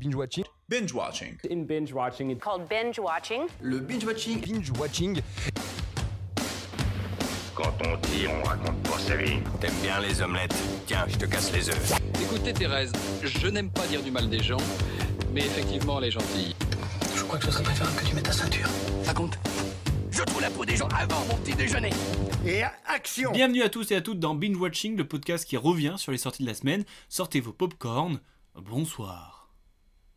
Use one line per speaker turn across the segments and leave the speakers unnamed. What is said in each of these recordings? Binge watching.
Binge watching.
In binge watching,
called binge watching.
Le binge watching.
Binge watching.
Quand on tire, on raconte pas sa vie. T'aimes bien les omelettes Tiens, je te casse les œufs.
Écoutez Thérèse, je n'aime pas dire du mal des gens, mais effectivement elle est gentille.
Je crois que ce serait préférable que tu mettes ta ceinture.
Raconte. Je trouve la peau des gens avant mon petit déjeuner.
Et action
Bienvenue à tous et à toutes dans Binge Watching, le podcast qui revient sur les sorties de la semaine. Sortez vos popcorn. Bonsoir.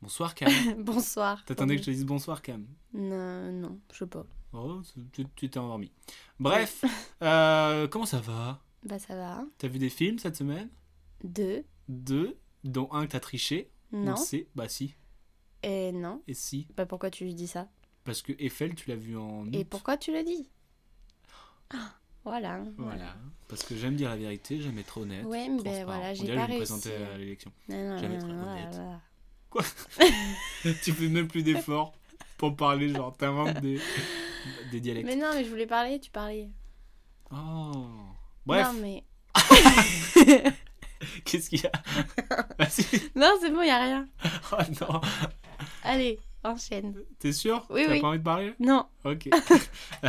Bonsoir Cam.
Bonsoir.
T'attendais que je te dise bonsoir Cam.
Non, non, je sais pas.
Oh, tu- tu t'es endormi. Bref, euh, comment ça va
Bah ça va.
T'as vu des films cette semaine
Deux.
Deux, dont un que t'as triché. On le
Non.
sait. Bah si.
Et non.
Et si.
Bah pourquoi tu lui dis ça
Parce que Eiffel, tu l'as vu en.
Et
août.
pourquoi tu le dis Ah, Voilà.
Voilà. Parce que j'aime dire la vérité, j'aime être honnête.
Ouais, mais ben
transparent.
voilà,
On
j'ai
dirait
pas
que je me
réussi. hein.
présentais à l'élection.
Non, non,
J'aime
non,
être
non,
honnête.
voilà.
tu fais même plus d'efforts pour parler, genre t'inventes des, des dialectes.
Mais non, mais je voulais parler, tu parlais.
Oh. Bref,
Non, mais...
qu'est-ce qu'il y a Vas-y.
non c'est bon, y a rien.
Oh non.
Allez, enchaîne.
T'es sûr
Oui,
T'as
oui.
pas envie de parler
Non.
Ok.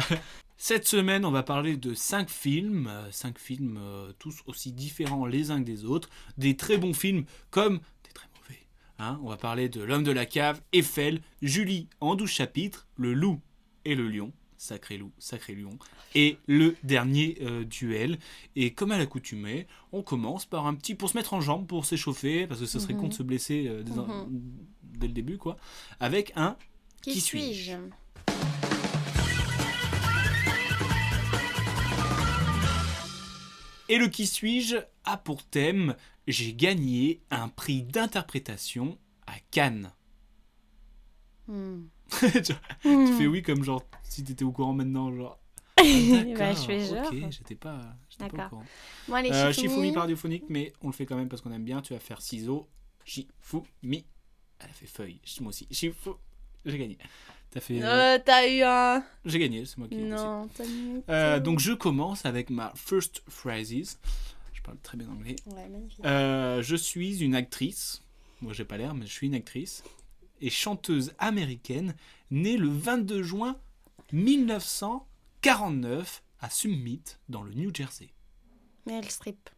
Cette semaine, on va parler de cinq films, euh, cinq films euh, tous aussi différents les uns que des autres, des très bons films comme des très mauvais. hein. on va parler de L'homme de la cave, Eiffel, Julie en 12 chapitres, Le loup et le lion, sacré loup, sacré lion, et le dernier euh, duel. Et comme à l'accoutumée, on commence par un petit pour se mettre en jambe, pour s'échauffer, parce que ce serait
Mhm.
con de se blesser euh, dès, un-
Mhm.
dès le début, quoi, avec un
Qui,
Qui
suis-je
Et le qui suis-je a pour thème J'ai gagné un prix d'interprétation à Cannes.
Hmm.
tu vois, tu fais oui comme genre si t'étais au courant maintenant, genre. Ah,
Bah, je fais
d'accord,
genre.
Ok, j'étais pas, j'étais pas au
D'accord.
courant.
Bon, allez,
Euh,
Shifumi.
Shifumi pardophonique, mais on le fait quand même parce qu'on aime bien. Tu vas faire ciseaux, Shifumi. Elle a fait feuille, moi aussi. Shifu. J'ai gagné. T'as fait. euh,
Euh, t'as eu un...
J'ai gagné, c'est moi qui ai décidé.
Non, t'as eu...
Euh, donc je commence avec ma first phrases. Je parle très bien anglais.
Ouais, magnifique.
Euh, je suis une actrice. Moi, j'ai pas l'air, mais je suis une actrice et chanteuse américaine née le 22 juin 1949 à Summit, dans le New Jersey.
Mais elle strip.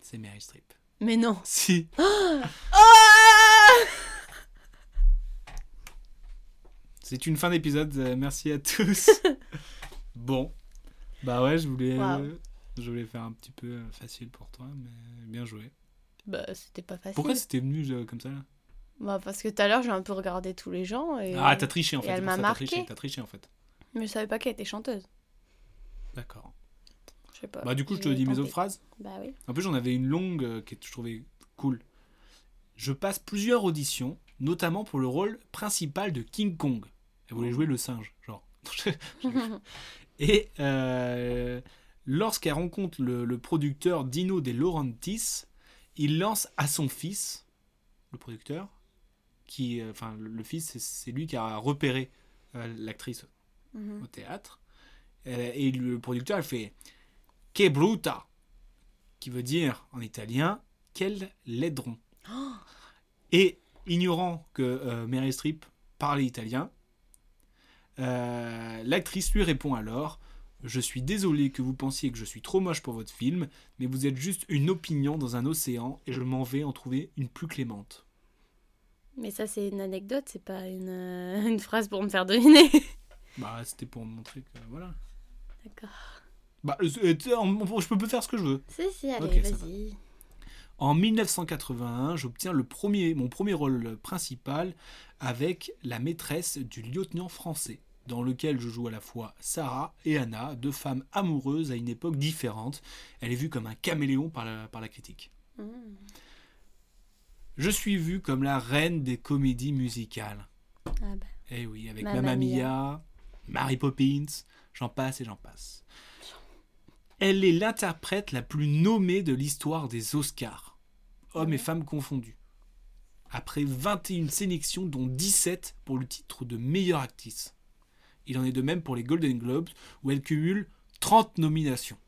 C'est Mary Streep.
Mais non.
Si.
Ah
C'est une fin d'épisode. euh, Merci à tous. bon. Bah ouais, je voulais,
Waouh.
je voulais faire un petit peu euh, facile pour toi, mais bien joué.
Bah, c'était pas facile.
Pourquoi c'était venu euh, comme ça là
Bah, parce que tout à l'heure, j'ai un peu regardé tous les gens et...
Ah, t'as triché en
et
fait.
elle
c'est pour
m'a
ça, T'as triché,
marqué.
t'as triché en fait.
Mais je savais pas qu'elle était chanteuse.
D'accord.
Je sais pas.
Bah du coup, je te
J'ai
dis mes
tenté.
autres phrases.
Bah oui.
En plus, j'en avais une longue euh, que je trouvais cool. Je passe plusieurs auditions, notamment pour le rôle principal de King Kong. Elle voulait jouer le singe, genre. Et euh, lorsqu'elle rencontre le, le producteur Dino De Laurentiis, il lance à son fils, le producteur, qui, euh, enfin, le- le fils, c'est- c'est lui qui a repéré euh, l'actrice
Mhm.
au théâtre. Euh, Et le producteur, il fait Che bruta qui veut dire en italien Quel laideron. Et ignorant que euh, Meryl Streep parlait italien, euh, l'actrice lui répond alors Je suis désolé que vous pensiez que je suis trop moche pour votre film, mais vous êtes juste une opinion dans un océan et je m'en vais en trouver une plus clémente.
Mais ça, c'est une anecdote, c'est pas une, euh, une phrase pour me faire deviner.
Bah, c'était pour montrer que voilà.
D'accord.
Bah, euh, je peux faire ce que je veux.
Si, si, allez,
Ok, ça
vas-y.
En 1981, j'obtiens le premier, mon premier rôle principal avec La maîtresse du lieutenant français, dans lequel je joue à la fois Sarah et Anna, deux femmes amoureuses à une époque différente. Elle est vue comme un caméléon par la, par la critique.
Mm.
Je suis vue comme la reine des comédies musicales.
Ah bah,
Eh oui, avec
Mamma
Mamma Mia, Mary Poppins, j'en passe et j'en passe. Elle est l'interprète la plus nommée de l'histoire des Oscars, hommes et femmes confondus. Après 21 sélections, dont 17 pour le titre de meilleure actrice. Il en est de même pour les Golden Globes, où elle cumule 30 nominations.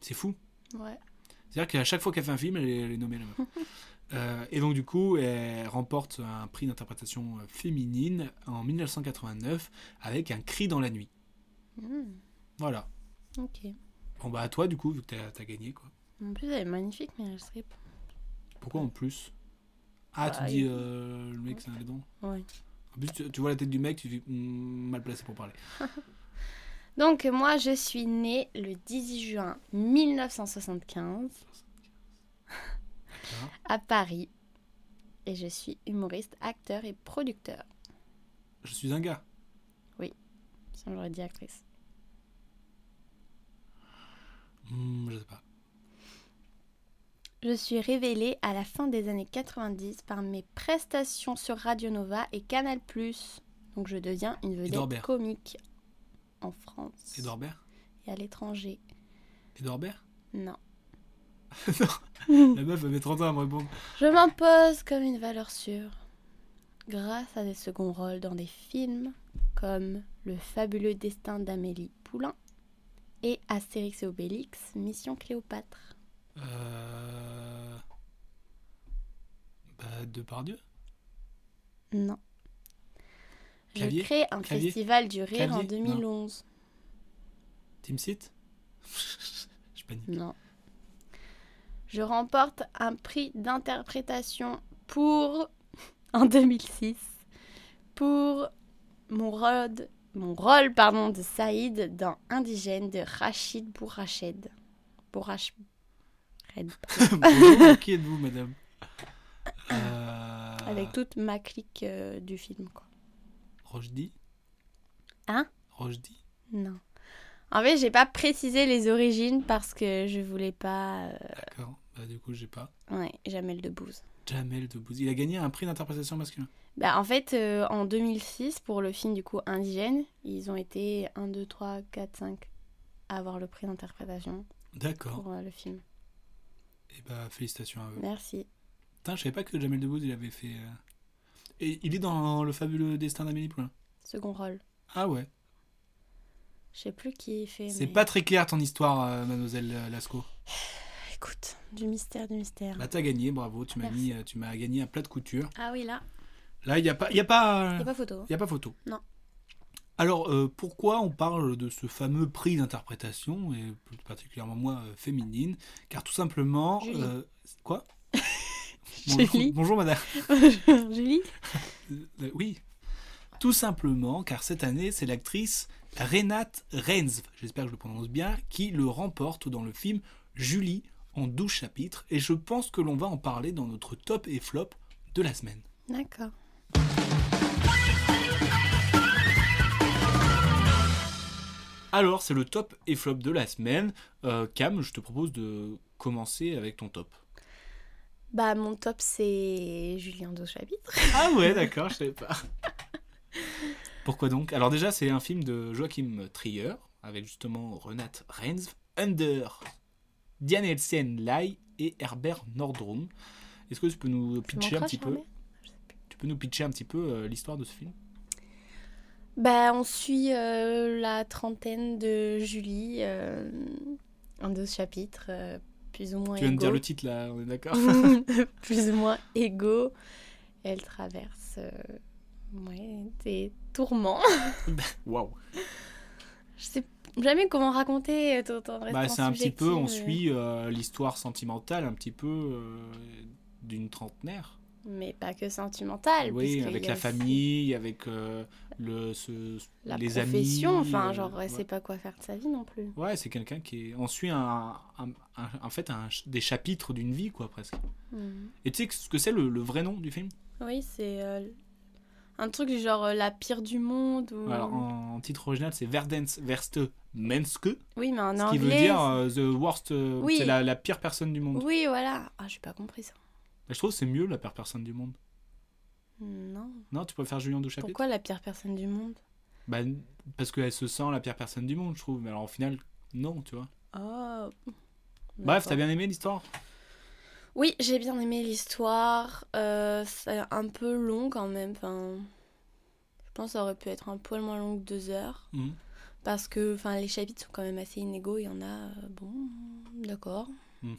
C'est fou.
ouais. bah,
C'est-à-dire qu'à chaque fois qu'elle fait un film, elle est, elle est nommée là-bas. Euh, et donc du coup, elle remporte un prix d'interprétation euh, féminine en 1989 avec un cri dans la nuit.
Hmm,
Voilà.
ok.
Bon bah à toi du coup, vu que t'as as gagné quoi.
En plus, elle est magnifique, Meryl Streep.
Pourquoi en plus Ah, tu
Bah,
dis
il-
euh, le mec c'est un aidant.
Ouais.
En plus, tu, tu vois la tête du mec, tu dis Hmm, mal placé pour parler.
Donc, moi, je suis née le 18 juin 1975 à Paris. Et je suis humoriste, acteur et producteur.
Je suis un gars.
Sinon, j'aurais dit actrice.
Hmm, je sais pas.
Je suis révélée à la fin des années 90 par mes prestations sur Radio Nova et Canal+. Donc je deviens une
Edouard
vedette
Baird.
comique en France
Edouard Baird
et à l'étranger.
Edouard Baird
Non.
Non, la meuf elle met 30 ans à me répondre.
Je m'impose comme une valeur sûre grâce à des seconds rôles dans des films comme Le fabuleux destin d'Amélie Poulain et Astérix et Obélix, Mission Cléopâtre.
Euh... Bah, Depardieu
Non.
Clavier
Je crée un
Clavier
festival du rire en
Clavier Non.
2011.
Team Seat Je panique.
Non. Je remporte un prix d'interprétation pour en 2006 pour mon rôle, mon rôle pardon de Saïd dans Indigène de Rachid Bourached. Bourach Red.
Bonjour, qui êtes-vous, madame euh...
avec toute ma clique euh, du film quoi.
Rochdi
Hein
Rochdi
Non. En fait, j'ai pas précisé les origines parce que je voulais pas euh,
D'accord. Bah, du coup, j'ai pas.
ouais, Jamel Debbouze.
Jamel Debbouze. Il a gagné un prix d'interprétation masculin.
Bah, en fait, euh, en 2006, pour le film du coup Indigène, ils ont été 1, 2, 3, 4, 5 à avoir le prix d'interprétation
D'accord.
pour euh, le film.
Et bah, félicitations à eux.
Merci.
Putain, je savais pas que Jamel Debbouze, il avait fait... euh, Et il est dans Le fabuleux destin d'Amélie Poulain.
Second rôle.
Ah ouais.
Je sais plus qui fait.
C'est
mais-
pas très clair ton histoire, euh, mademoiselle euh, Lascaux.
Écoute, du mystère, du mystère.
Bah t'as gagné, bravo, tu m'as
Merci.
mis, euh, tu m'as gagné un plat de couture.
Ah oui, là,
Là, il n'y a pas, il y a pas,
y a
euh,
pas photo. hein.
y a pas photo.
Non.
Alors, euh, pourquoi on parle de ce fameux prix d'interprétation, et plus particulièrement moi, euh, féminine Car tout simplement...
Julie.
euh, quoi bonjour,
Julie.
bonjour madame.
Julie
Euh, oui. Tout simplement, car cette année, c'est l'actrice Renate Renzv, j'espère que je le prononce bien, qui le remporte dans le film Julie en 12 chapitres, et je pense que l'on va en parler dans notre top et flop de la semaine.
D'accord.
Alors, c'est le top et flop de la semaine. Euh, Cam, je te propose de commencer avec ton top.
Bah, mon top, c'est Julien Dauchapitre.
Ah ouais, d'accord, je savais pas. Pourquoi donc Alors déjà, c'est un film de Joachim Trier, avec justement Renate Renzv, Under, Diane Elsen Lai et Herbert Nordrum. Est-ce que tu peux nous pitcher un petit peu Tu peux nous pitcher un petit peu euh, l'histoire de ce film
Bah, on suit euh, la trentaine de Julie euh, en 12 chapitres, euh, plus ou moins
Tu viens de
égaux.
dire le titre là, on est d'accord
plus ou moins égaux. Elle traverse euh, ouais, des tourments.
Waouh.
Je sais jamais comment raconter euh, ton, ton
Bah,
restant
c'est un petit peu, on
subjective,
suit euh, l'histoire sentimentale un petit peu euh, d'une trentenaire.
Mais pas que sentimental.
oui,
puisqu'il
avec
y a
la
aussi
famille, avec euh, le, ce-
La
les amis.
profession, enfin,
euh,
genre, elle
ouais.
sait pas quoi faire de sa vie non plus.
Ouais, c'est quelqu'un qui est. On suit un, un- un- en fait un ch- des chapitres d'une vie, quoi, presque.
Mhm.
Et tu sais que- ce que c'est le, le vrai nom du film
Oui, c'est euh, un truc du genre euh, la pire du monde. Ou...
Alors, en, en titre original, c'est Verdens Verste Menske,
Oui, mais en
ce
anglais.
qui veut dire euh, The Worst. euh,
Oui.
C'est la, la pire personne du monde.
Oui, voilà. Ah, j'ai pas compris ça.
Mais Je trouve que c'est mieux la pire personne du monde.
Non.
Non, tu préfères Julien Duchapitre
Pourquoi la pire personne du monde
bah, Parce qu'elle se sent la pire personne du monde, je trouve. Mais alors, au final, non, tu vois.
Oh.
Bref,
D'accord.
t'as bien aimé l'histoire
Oui, j'ai bien aimé l'histoire. Euh, c'est un peu long quand même. Enfin, je pense que ça aurait pu être un poil moins long que deux heures.
Mhm.
Parce que enfin, les chapitres sont quand même assez inégaux. Il y en a, euh, bon, d'accord.
Mhm.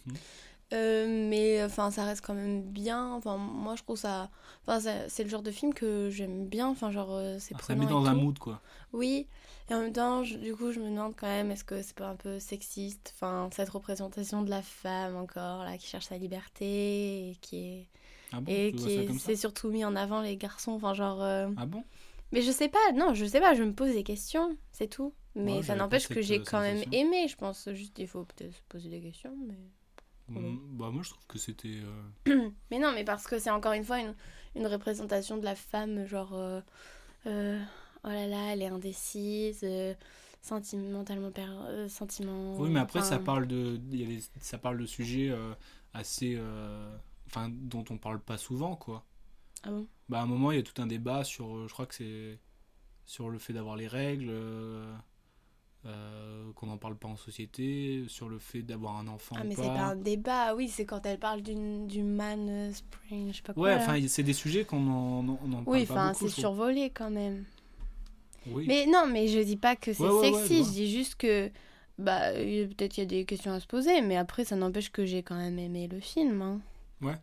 Euh, mais enfin, ça reste quand même bien. Enfin, moi, je trouve ça. Enfin, ça- c'est le genre de film que j'aime bien. Enfin, genre, euh, c'est
Ah, ça
prenant
met
et
dans un
tout.
mood, quoi.
Oui, et en même temps, je- du coup, je me demande quand même, est-ce que c'est pas un peu sexiste, enfin, cette représentation de la femme encore, là, qui cherche sa liberté, et qui est...
Ah bon
et
tu vois
qui
ça
est-
comme ça
c'est surtout mis en avant les garçons, enfin, genre... euh,
Ah bon
Mais je sais pas, non, je sais pas, je me pose des questions, c'est tout. Mais
Ouais,
ça
j'avais pas
n'empêche que
cette,
j'ai
euh,
quand même
sensation.
aimé, je pense, juste il faut peut-être se poser des questions, mais... Ouais.
Mm, Bah moi je trouve que c'était... euh,
Mais non, mais parce que c'est encore une fois une, une représentation de la femme, genre... euh, euh, oh là là, elle est indécise... euh, sentimentalement per... euh, sentiment
Oui, mais après, ça
enfin,
parle de, il y a des- ça parle de sujets euh, assez, euh, enfin, dont on parle pas souvent, quoi.
Ah bon
Bah, à un moment, il y a tout un débat sur, euh, je crois que c'est sur le fait d'avoir les règles, euh, euh, qu'on n'en parle pas en société, sur le fait d'avoir un enfant.
Ah,
ou
mais c'est
pas.
pas un débat, Ah oui, c'est quand elle parle d'une, du man euh, spring, je sais pas quoi.
Ouais,
là.
enfin, il- c'est des sujets qu'on en, on en parle
oui,
pas
enfin,
beaucoup.
c'est
je trouve.
survolé quand même.
Oui.
Mais non, mais je dis pas que c'est
Ouais, ouais, ouais,
sexy,
je
je
vois.
dis juste que. Bah, euh, peut-être qu'il y a des questions à se poser, mais après, ça n'empêche que j'ai quand même aimé le film. hein.
Ouais.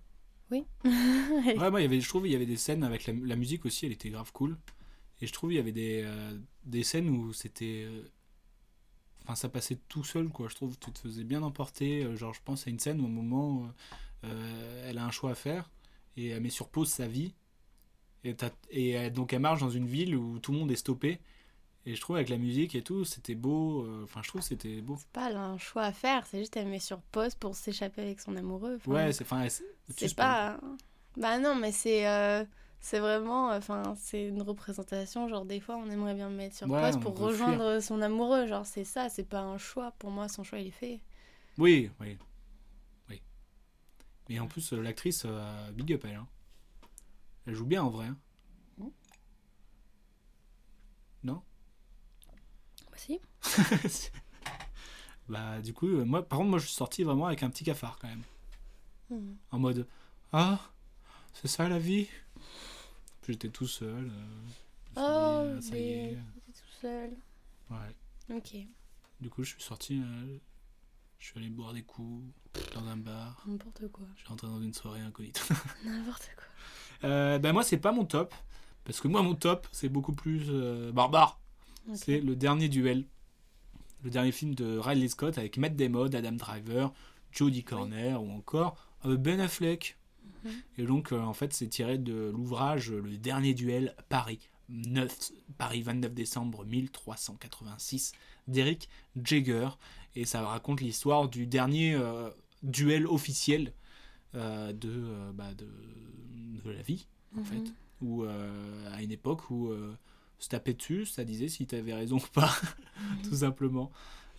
Oui.
Ouais, moi, il y avait, je trouve il y avait des scènes avec la, la musique aussi, elle était grave cool. Et je trouve il y avait des, euh, des scènes où c'était. euh, Enfin, ça passait tout seul, quoi. Je trouve tu te faisais bien emporter. Euh, Genre, je pense à une scène où, à un moment, euh, euh, elle a un choix à faire et elle met sur pause sa vie. Et, t'as- et elle- donc, elle marche dans une ville où tout le monde est stoppé. Et je trouve avec la musique et tout, c'était beau. Euh, Enfin, je trouve que c'était beau.
C'est pas là, un choix à faire, c'est juste elle met sur pause pour s'échapper avec son amoureux. enfin,
Ouais, c'est. Enfin, elle- tu
c'est
sais
pas. Bah, non, mais c'est. euh, C'est vraiment, enfin, c'est une représentation, genre des fois on aimerait bien mettre sur
Ouais,
pause
on
pour
veut fuir.
rejoindre son amoureux, genre c'est ça, c'est pas un choix, pour moi son choix il est fait.
Oui, oui. Oui. Mais en plus, euh, l'actrice, euh, big up elle. hein. Elle joue bien en vrai. hein.
Bah, si.
bah, du coup, euh, moi, par contre, moi, je suis sorti vraiment avec un petit cafard quand même.
Mhm.
En mode Ah, c'est ça la vie Puis J'étais tout seul. euh, je
Oh,
me suis dit, Ah, ça y
mais-
est.
T'es tout seul.
Ouais.
Ok,
Du coup, je suis sorti. euh, je suis allé boire des coups dans un bar.
n'importe quoi.
Je suis rentré dans une soirée incognite.
N'importe quoi.
Euh, bah, moi, c'est pas mon top. Parce que moi, mon top, c'est beaucoup plus euh, barbare.
Ok.
C'est le dernier duel. Le dernier film de Riley Scott avec Matt Damon, Adam Driver, Jodie Corner ou encore euh, Ben Affleck.
Mhm.
Et donc, euh, en fait, c'est tiré de l'ouvrage euh, Le dernier duel Paris. 9, Paris 29 décembre 1386 d'Eric Jagger et ça raconte l'histoire du dernier euh, duel officiel euh, de, euh, bah, de, de la vie en
Mhm.
fait ou euh, à une époque où euh, se taper dessus, ça disait si tu avais raison ou pas, tout simplement.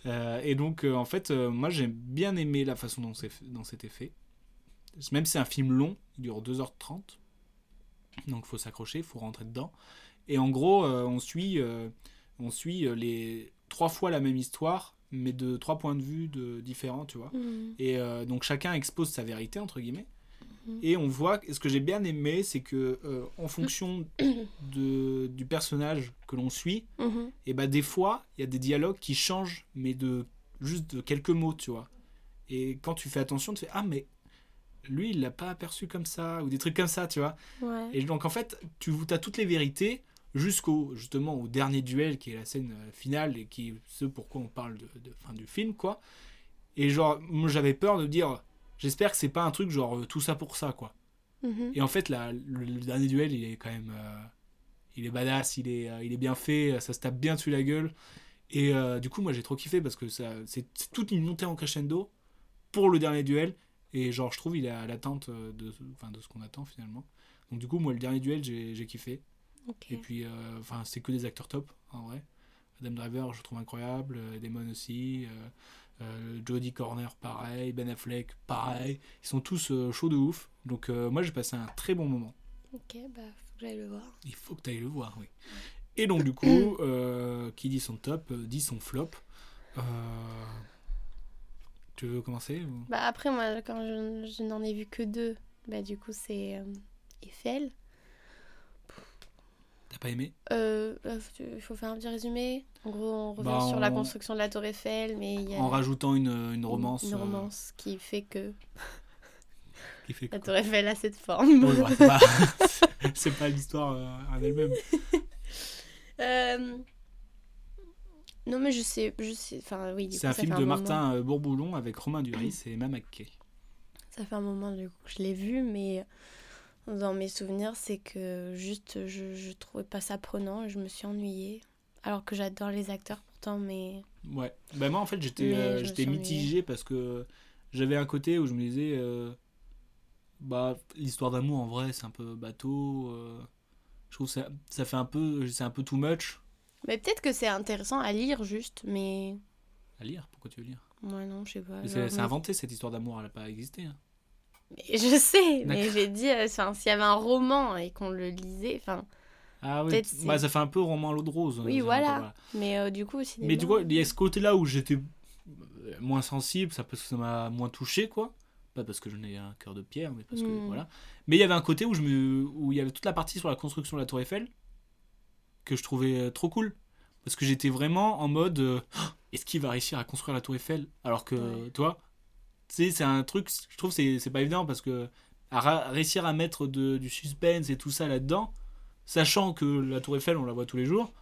Euh, et donc, euh, en fait, euh, moi, j'ai bien aimé la façon dont c'est dont c'était fait. Même si c'est un film long, il dure 2h30, donc faut s'accrocher, faut rentrer dedans. Et en gros, euh, on suit, euh, on suit euh, les trois fois la même histoire, mais de trois points de vue de, différents, tu vois.
Mhm.
Et euh, donc chacun expose sa vérité entre guillemets.
Mhm.
Et on voit, ce que j'ai bien aimé, c'est que euh, en fonction de, du personnage que l'on suit,
Mhm.
et bah des fois il y a des dialogues qui changent, mais de juste de quelques mots, tu vois. Et quand tu fais attention, tu fais ah mais lui il l'a pas aperçu comme ça ou des trucs comme ça, tu vois.
Ouais.
Et donc en fait, tu as toutes les vérités jusqu'au justement au dernier duel qui est la scène euh, finale et qui est ce pourquoi on parle de, de- fin du film quoi. Et genre moi, j'avais peur de dire j'espère que c'est pas un truc genre euh, tout ça pour ça quoi.
Mhm.
Et en fait là le, le dernier duel il est quand même euh, il est badass, il est euh, il est bien fait, ça se tape bien dessus la gueule. Et euh, du coup moi j'ai trop kiffé parce que ça c'est c'est toute une montée en crescendo pour le dernier duel et genre je trouve il est à l'attente euh, de enfin de ce qu'on attend finalement. Donc du coup, moi, le dernier duel, j'ai j'ai kiffé.
Ok.
Et puis, euh, enfin, c'est que des acteurs top, en vrai. Adam Driver, je trouve incroyable. euh, Damon aussi. euh, euh, Jodie Corner, pareil. Ben Affleck, pareil. Ils sont tous euh, chauds de ouf. Donc euh, moi, j'ai passé un très bon moment.
Ok, bah, faut que j'aille le voir.
Il faut que tu ailles le voir, oui. Et donc, du coup, euh, qui dit son top, euh, dit son flop. Euh, Tu veux commencer ou-
Bah, après, moi, quand je, je n'en ai vu que deux, bah, du coup, c'est euh, Eiffel.
T'as pas pas aimé
Euh, euh, faut- Il faut faire un petit résumé. En gros, on revient
Bah,
sur la
on-
construction de la Tour Eiffel, mais il y a
En rajoutant une, une
une-
romance.
une
euh,
romance qui fait que
qui fait
la
quoi.
Tour Eiffel a cette forme.
Ouais, bah, c'est pas- c'est pas l'histoire euh, en elle-même.
Euh, Non, mais je sais, je sais. Enfin, oui. du
C'est
coup,
un
ça
film
fait
de
moment-
Martin euh, Bourboulon avec Romain Duris et Emma McKay.
Ça fait un moment du coup, que je l'ai vu, mais dans mes souvenirs, c'est que juste je, je trouvais pas ça prenant et je me suis ennuyée. Alors que j'adore les acteurs pourtant, mais
Ouais. Bah moi en fait j'étais
Mais
euh,
je me
j'étais
suis ennuyée.
mitigé parce que j'avais un côté où je me disais euh, bah l'histoire d'amour en vrai c'est un peu bateau. euh, je trouve ça ça fait un peu c'est un peu too much
mais peut-être que c'est intéressant à lire juste, mais
à lire. Pourquoi tu veux lire
moi non, je sais pas.
Mais
genre,
C'est c'est
mais-
inventé cette histoire d'amour elle n'a pas existé. hein.
mais je sais, mais
D'accord.
j'ai dit, euh, enfin, s'il y avait un roman et qu'on le lisait, enfin,
Ah oui.
Peut-être
Bah
c'est-
ça fait un peu roman l'eau de rose.
Oui,
euh,
voilà.
c'est un peu,
mais euh, du coup, au cinéma,
Mais tu vois, il y a ce côté-là où j'étais euh, moins sensible, ça parce que ça m'a moins touché, quoi. Pas parce que je n'ai un cœur de pierre, mais parce que
Mm.
voilà. Mais il y avait un côté où je me, où il y avait toute la partie sur la construction de la Tour Eiffel que je trouvais euh, trop cool, parce que j'étais vraiment en mode, euh, Ah, est-ce qu'il va réussir à construire la Tour Eiffel Alors que,
Ouais.
toi, tu sais, c'est un truc, je trouve, que c'est c'est pas évident parce que à ra- réussir à mettre de- du suspense et tout ça là-dedans, sachant que la Tour Eiffel, on la voit tous les jours.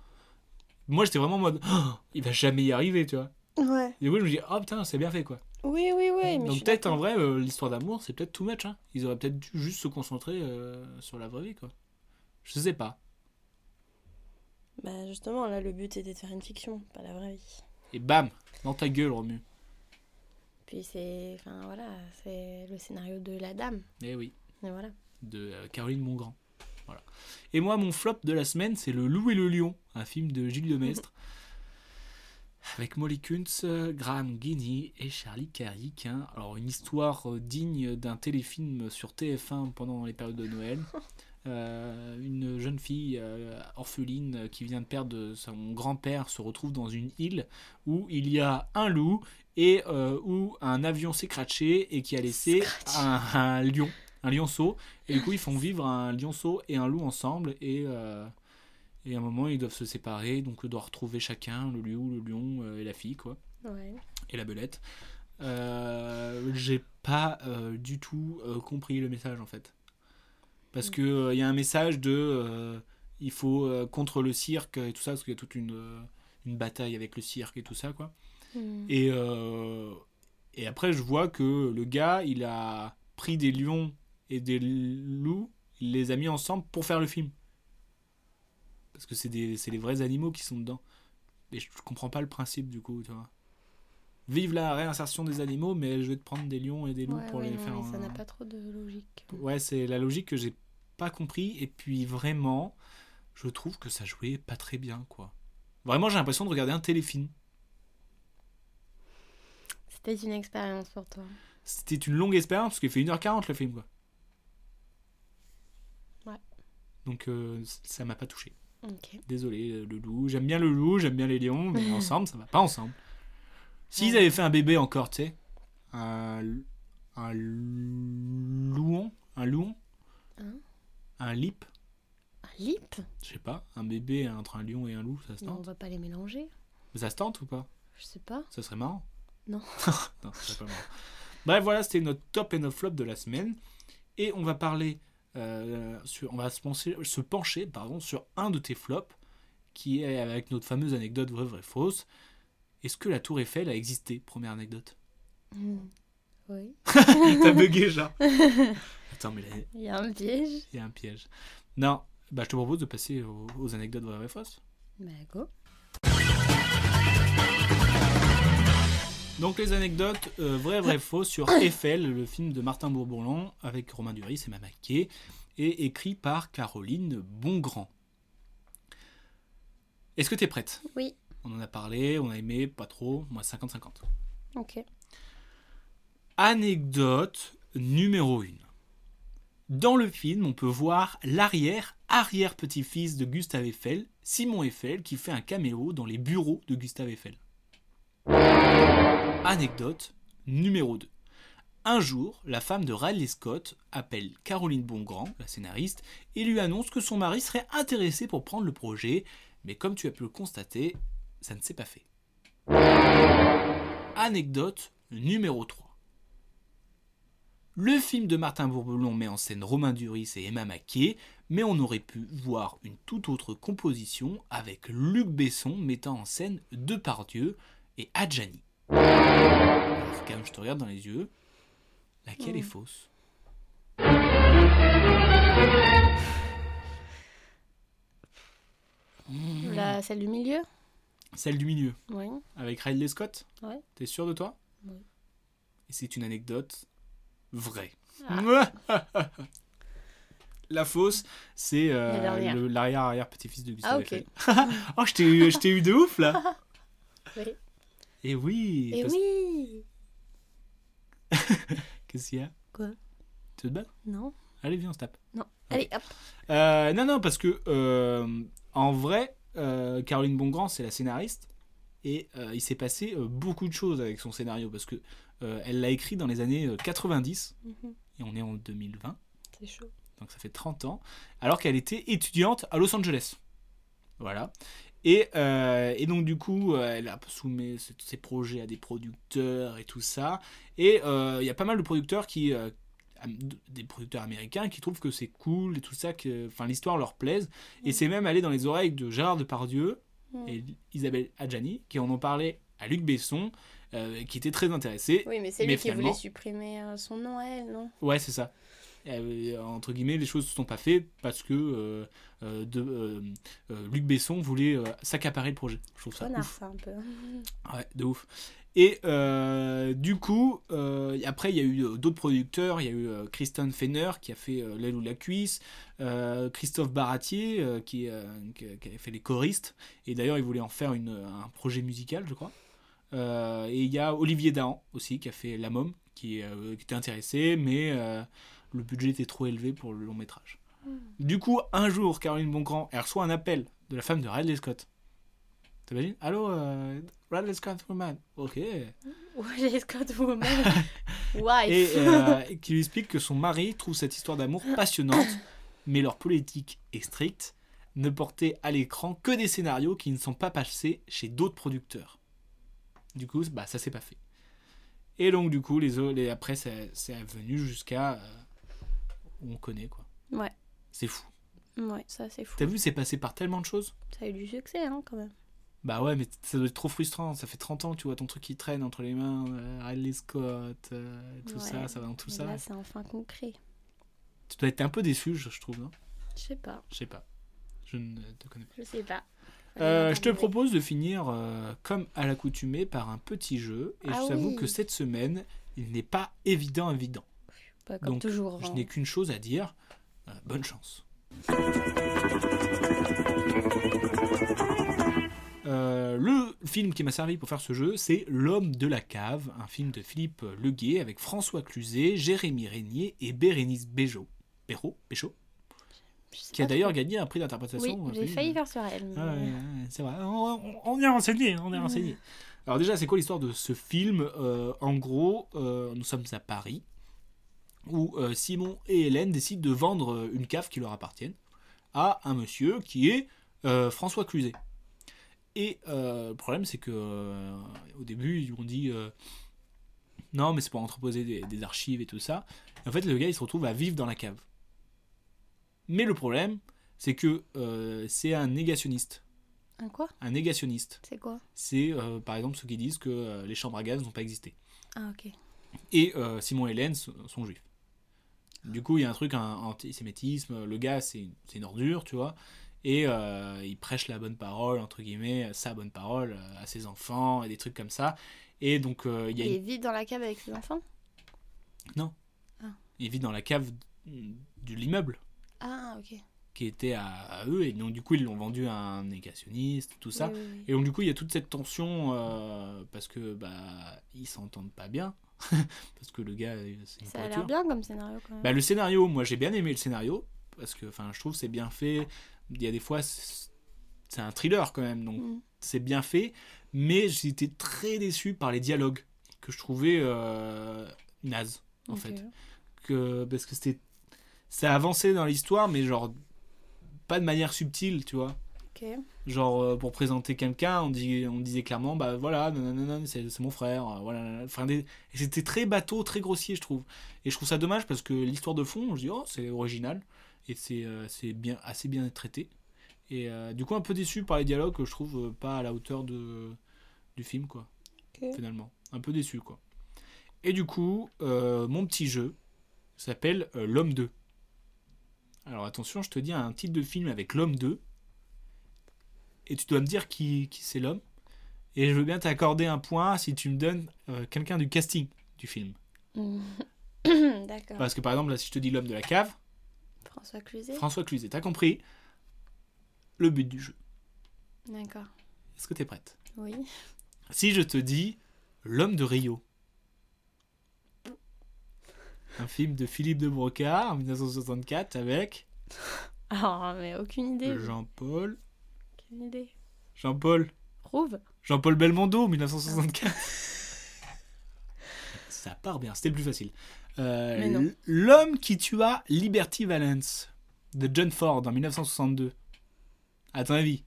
Moi, j'étais vraiment en mode, Oh, il va jamais y arriver, tu vois.
ouais,
Et oui, je me dis, oh putain, c'est bien fait quoi.
oui, oui, oui, mais je
Donc
suis
peut-être en
d'accord.
vrai, euh, l'histoire d'amour, c'est peut-être too much. Hein. Ils auraient peut-être dû juste se concentrer euh, sur la vraie vie quoi. Je sais pas.
Bah justement, là, le but était de faire une fiction, pas la vraie vie.
Et bam, dans ta gueule, Romu.
Puis c'est, enfin voilà, c'est le scénario de la dame,
Eh oui,
et voilà.
de euh, Caroline Mongrand. Voilà. Et moi, mon flop de la semaine, c'est Le Loup et le Lion, un film de Gilles Demestre. Avec Molly Kuntz, euh, Graham Guiney et Charlie Carrick. hein. Alors, une histoire euh, digne d'un téléfilm sur TF1 pendant les périodes de Noël. Euh, une jeune fille euh, orpheline euh, qui vient de perdre son grand-père se retrouve dans une île où il y a un loup et euh, où un avion s'est craché et qui a laissé un, un lion, un lionceau. Et du coup, ils font vivre un lionceau et un loup ensemble et, euh, et à un moment, ils doivent se séparer. Donc, ils doivent retrouver chacun le loup, le lion euh, et la fille, quoi
Ouais.
et la belette. Euh, j'ai pas euh, du tout euh, compris le message en fait. Parce que euh, il y a un message de euh, il faut euh, contre le cirque et tout ça, parce qu'il y a toute une, euh, une bataille avec le cirque et tout ça quoi.
Hmm.
Et, euh, et après, je vois que le gars, il a pris des lions et des loups, il les a mis ensemble pour faire le film. Parce que c'est des- c'est les vrais animaux qui sont dedans. Et je, je comprends pas le principe du coup, tu vois. Vive la réinsertion des animaux, mais je vais te prendre des lions et des loups
Ouais,
pour
ouais,
les
non,
faire.
mais ça
en-
n'a pas trop de logique.
Ouais, c'est la logique que j'ai pas compris. Et puis vraiment, je trouve que ça jouait pas très bien, quoi. Vraiment, j'ai l'impression de regarder un téléfilm.
C'était une expérience pour toi.
C'était une longue expérience parce qu'il fait 1h40 le film quoi.
Ouais.
Donc euh, c- ça m'a pas touché.
Ok.
Désolé euh, le loup, j'aime bien le loup, j'aime bien les lions, mais ensemble ça va pas ensemble. S'ils avaient fait un bébé encore, tu sais, un l- un louon, un louon,
Hein
un lip,
Un lip
je sais pas, un bébé entre un lion et un loup, ça se
Non, on
tente.
va pas les mélanger.
Ça se tente ou pas
Je sais pas.
Ça serait marrant.
Non.
non, ça serait pas marrant. Bref, voilà, c'était notre top et notre flop de la semaine. Et on va parler, euh, sur, on va se pencher, se pencher pardon, sur un de tes flops, qui est avec notre fameuse anecdote vraie, vraie, fausse. Est-ce que la tour Eiffel a existé Première anecdote.
Hmm. Oui.
T'as bugué, genre. Attends, mais là,
Il y a un piège.
il y a un piège. Non, bah, je te propose de passer aux, aux anecdotes vraies, vraies, fausses.
Bah go.
Donc les anecdotes euh, vrai vrai faux sur Eiffel, le film de Martin Bourboulon avec Romain Duris et Mamaké et écrit par Caroline Bongrand. Est-ce que t'es prête
Oui.
On en a parlé, on a aimé, pas trop, moi 50-50.
Ok.
Anecdote numéro 1. Dans le film, on peut voir l'arrière, arrière-petit-fils de Gustave Eiffel, Simon Eiffel, qui fait un caméo dans les bureaux de Gustave Eiffel. Anecdote numéro 2. Un jour, la femme de Riley Scott appelle Caroline Bongrand, la scénariste, et lui annonce que son mari serait intéressé pour prendre le projet, mais comme tu as pu le constater, ça ne s'est pas fait. Anecdote numéro 3. Le film de Martin Bourbelon met en scène Romain Duris et Emma Mackey, mais on aurait pu voir une toute autre composition avec Luc Besson mettant en scène Depardieu et Adjani. Alors, quand même, je te regarde dans les yeux. Laquelle est fausse Hmm.
La, celle du milieu
Celle du milieu,
Oui.
avec Ridley Scott
Ouais.
T'es sûr de toi
Oui.
Et c'est une anecdote vraie.
Ah.
La fausse, c'est euh,
La dernière.
le- l'arrière-arrière-petit-fils de Gustave
Ah, ok.
Eiffel. oh, je t'ai eu, je t'ai eu de ouf, là
Oui.
Et oui
Et
parce-
oui
Qu'est-ce qu'il y a
Quoi
Tu veux te battre
Non
Allez, viens, on se tape. Ah.
Allez, hop
Euh, non, non, parce que euh, en vrai, euh, Caroline Bongrand, c'est la scénariste. Et euh, il s'est passé euh, beaucoup de choses avec son scénario parce que euh, elle l'a écrit dans les années euh, 90
Mhm.
et on est en 2020,
C'est chaud.
donc ça fait 30 ans, alors qu'elle était étudiante à Los Angeles. Voilà. Et, euh, et donc du coup, euh, elle a soumis ses- ses projets à des producteurs et tout ça. Et euh, il y a pas mal de producteurs qui, euh, am- des producteurs américains qui trouvent que c'est cool et tout ça, que enfin l'histoire leur plaise. Et
Mm.
c'est même allé dans les oreilles de Gérard Depardieu
Mm.
et Isabelle Adjani qui en ont parlé à Luc Besson, euh, qui était très intéressé.
Oui, mais c'est
Mais
lui qui
finalement-
voulait supprimer euh, son nom à elle, non
Ouais, c'est ça. Euh, entre guillemets, les choses ne se sont pas faites parce que euh, euh, de, euh, euh, Luc Besson voulait euh, s'accaparer le projet. Je trouve ça
Connard,
ouf.
ça, un peu.
Ouais, de ouf. Et euh, du coup, euh, après, il y a eu euh, d'autres producteurs. Il y a eu euh, Kristen Fenner qui a fait euh, L'aile ou la cuisse, euh, Christophe Baratier euh, qui, euh, qui, qui avait fait les choristes. Et d'ailleurs, il voulait en faire une, euh, un projet musical, je crois. Euh, et il y a Olivier Dahan aussi qui a fait La Môme, qui, euh, qui était intéressé, mais euh, le budget était trop élevé pour le long métrage. Du coup, un jour, Caroline Bongrand, elle reçoit un appel de la femme de Ridley Scott. T'imagines Allô, euh, Ridley Scott Woman. Ok.
Riley Scott Woman. Wife.
Et euh, qui lui explique que son mari trouve cette histoire d'amour passionnante, mais leur politique est stricte, ne porter à l'écran que des scénarios qui ne sont pas passés chez d'autres producteurs. Du coup, bah, ça s'est pas fait. Et donc, du coup, les, autres- les après, c'est c'est venu jusqu'à euh, où on connaît, quoi.
Ouais.
C'est fou.
Ouais, ça, c'est fou.
T'as vu, c'est passé par tellement de choses.
Ça a eu du succès, hein, quand même.
Bah ouais, mais ça doit être trop frustrant. Ça fait 30 ans que tu vois ton truc qui traîne entre les mains. euh, Ridley Scott, euh, tout
Ouais.
ça, ça va dans tout
Mais
ça.
Là, c'est enfin concret.
Tu dois être un peu déçu, je, je trouve. Non
Je sais pas.
je sais pas. Je ne te connais pas.
Je sais pas.
Euh,
Allez,
je te
on va
propose de finir euh, comme à l'accoutumée par un petit jeu. Et
Ah
je t'avoue
oui.
que cette semaine, il n'est pas évident, évident.
Pas comme
Donc,
toujours.
Je
hein.
n'ai qu'une chose à dire. euh, bonne chance. Euh, le film qui m'a servi pour faire ce jeu, c'est L'homme de la cave, un film de Philippe Leguet avec François Cluzet, Jérémy Régnier et Bérénice Béjot. Béraud Béchot,
Je sais
qui a
pas
d'ailleurs
trop.
gagné un prix d'interprétation.
Ah,
euh,
Oui,
un
j'ai
film.
failli faire sur elle. mais-
Ah ouais, ouais, ouais, c'est vrai. On, on- on est renseigné, on est renseigné. Alors déjà, c'est quoi l'histoire de ce film Euh, En gros, euh, nous sommes à Paris où euh, Simon et Hélène décident de vendre euh, une cave qui leur appartienne à un monsieur qui est euh, François Cluzet. Et euh, le problème, c'est que euh, au début, ils ont dit euh, non, mais c'est pour entreposer des, des archives et tout ça. Et en fait, le gars, il se retrouve à vivre dans la cave. Mais le problème, c'est que euh, c'est un négationniste.
Un quoi
Un négationniste,
C'est quoi
c'est euh, par exemple ceux qui disent que euh, les chambres à gaz n'ont pas existé.
Ah, ok.
Et euh, Simon et Hélène sont sont juifs. Du coup, il y a un truc, un antisémitisme. Le gars, c'est une, c'est une ordure, tu vois. Et euh, il prêche la bonne parole, entre guillemets, sa bonne parole euh, à ses enfants et des trucs comme ça. Et donc, euh, il y a
Il
une-
est vite dans la cave avec ses enfants
il vit dans la cave de l'immeuble
Ah, ok.
qui était à, à eux. Et donc, du coup, ils l'ont vendu à un négationniste, tout ça.
Oui, oui, oui.
Et donc du coup, il y a toute cette tension euh, parce que bah ils s'entendent pas bien parce que le gars euh, c'est une
Ça a l'air
voiture.
bien comme scénario quand même.
Bah, le scénario, moi j'ai bien aimé le scénario parce que enfin je trouve que c'est bien fait. Il y a des fois c'est c'est un thriller quand même donc
Mm.
c'est bien fait, mais j'étais très déçu par les dialogues que je trouvais euh, nazes. en
Ok.
fait. Que, parce que c'était. Ça avançait dans l'histoire, mais genre. Pas de manière subtile, tu vois.
Ok.
Genre, euh, pour présenter quelqu'un, on, dit, on disait clairement, bah voilà, nanana, c'est c'est mon frère, euh, voilà. nanana. Enfin, des- et c'était très bateau, très grossier, je trouve. Et je trouve ça dommage parce que l'histoire de fond, je dis, oh, c'est original, et c'est euh, c'est bien, assez bien traité. Et euh, du coup, un peu déçu par les dialogues que je trouve euh, pas à la hauteur de, du film, quoi.
Ok.
Finalement. Un peu déçu, quoi. Et du coup, euh, mon petit jeu s'appelle euh, L'Homme 2. Alors attention, je te dis un titre de film avec L'Homme 2 et tu dois me dire qui, qui c'est l'homme. Et je veux bien t'accorder un point si tu me donnes euh, quelqu'un du casting du film.
Mm. D'accord.
Parce que par exemple, là, si je te dis l'homme de la cave,
François Cluzet.
François Cluzet, t'as compris le but du jeu.
D'accord.
Est-ce que t'es prête
Oui.
Si je te dis l'homme de Rio, un film de Philippe de Broca en 1964 avec
Ah, mais aucune idée.
Jean-Paul.
Aucune idée.
Jean-Paul.
Rouve.
Jean-Paul Belmondo, 1964. Ça part bien, c'était le plus facile. Euh,
Mais non.
l- L'homme qui tua Liberty Valance de John Ford en 1962. À ton avis,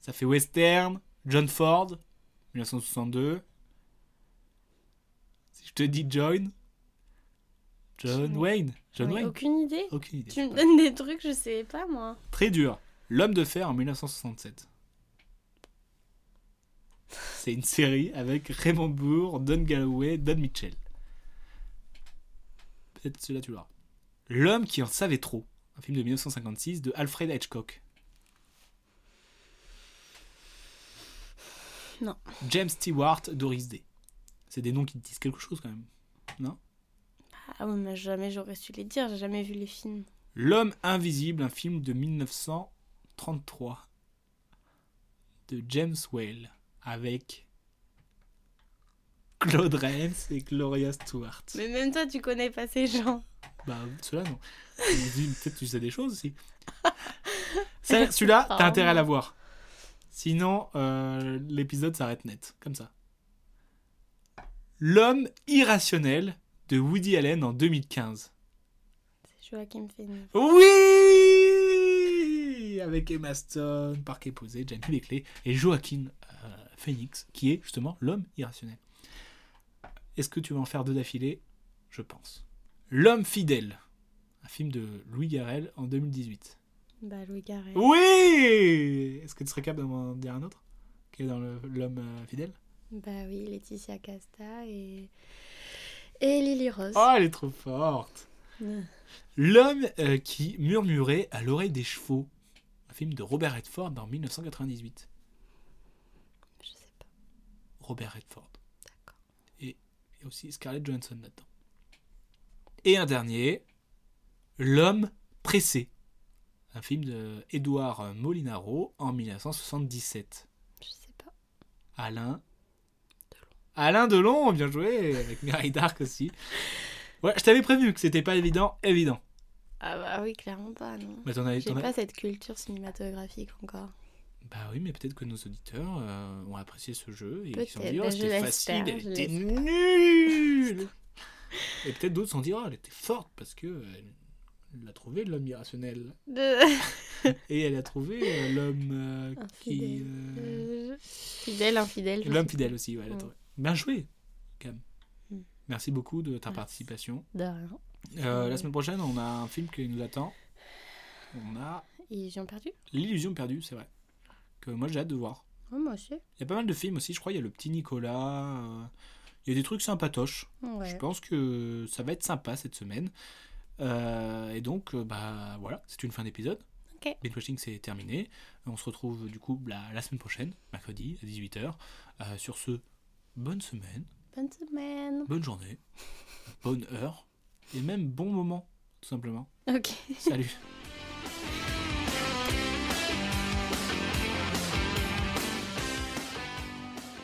ça fait western, John Ford, 1962. Si je te dis John, John
J'en ai-
Wayne, John
J'en ai
Wayne,
Aucune idée.
aucune idée.
Tu me donnes des trucs, je sais pas moi.
Très dur. L'homme de fer en 1967. C'est une série avec Raymond Bourg, Don Galloway, Don Mitchell. Peut-être celui-là tu l'auras. L'homme qui en savait trop. Un film de 1956 de Alfred Hitchcock.
Non.
James Stewart, Doris Day. C'est des noms qui te disent quelque chose quand même.
Ah oui, mais jamais j'aurais su les dire, j'ai jamais vu les films.
L'homme invisible, un film de 1933 de James Whale avec Claude Rains et Gloria Stewart.
Mais même toi, tu connais pas ces gens.
Bah, ceux-là, non. Je me dis, Peut-être tu sais des choses aussi. Ça, Celui-là, t'as intérêt à l'avoir. Sinon, euh, l'épisode s'arrête net, comme ça. L'homme irrationnel de Woody Allen en 2015.
C'est Joachim Phoenix.
Oui Avec Emma Stone, Parquet Posé, Jamie Leclerc et Joaquin euh, Phoenix, qui est justement l'homme irrationnel. Est-ce que tu vas en faire deux d'affilée Je pense. L'homme fidèle, un film de Louis Garrel en 2018.
Bah, Louis Garrel.
Oui Est-ce que tu serais capable d'en dire un autre Qui est dans le- l'homme euh, fidèle
Bah oui, Laetitia Casta et. Et Lily Rose.
Oh, elle est trop forte
Mm.
L'homme euh, qui murmurait à l'oreille des chevaux, un film de Robert Redford en 1998.
Je sais pas.
Robert Redford.
D'accord.
Et il y a aussi Scarlett Johansson là-dedans. Et un dernier, L'homme pressé, un film de Édouard Molinaro en 1977.
Je sais pas.
Alain Alain Delon, bien joué, avec Mary Dark aussi. Ouais, je t'avais prévenu que c'était pas évident, évident.
Ah bah oui, clairement pas, non.
Mais t'en avais-
J'ai
t'en
pas
avais-
cette culture cinématographique encore.
Bah oui, mais peut-être que nos auditeurs euh, ont apprécié ce jeu et ils se sont
Peut-être,
dit, oh,
bah, je
c'était
l'espère,
facile, elle
je
était
l'espère.
nulle. et peut-être d'autres se sont dit, oh, elle était forte parce que euh, elle a trouvé l'homme irrationnel.
De...
Et elle a trouvé euh, l'homme euh, qui.
Infidèle.
euh,
Euh, Fidèle, infidèle. je
L'homme
sais
fidèle aussi, ouais, elle a
Ouais.
trouvé. Bien joué, Cam.
Mm.
Merci beaucoup de ta
Merci.
participation.
pas. De rien.
Euh, La
Ouais.
semaine prochaine, on a un film qui nous attend. On a
Ils ont perdu
L'illusion perdue, c'est vrai. Que moi j'ai hâte de voir.
Oh, moi aussi.
Il y a pas mal de films aussi, je crois. Il y a le petit Nicolas. euh, Il y a des trucs sympatoches. Je
Ouais.
pense que ça va être sympa cette semaine. Euh, et donc, euh, bah voilà, c'est une fin d'épisode.
Ok.
Binge Watching, c'est terminé. On se retrouve du coup bah, la, la semaine prochaine, mercredi à 18h. Euh, sur ce, bonne semaine,
Bonne semaine.
bonne journée, bonne heure et même bon moment, tout simplement.
Ok.
Salut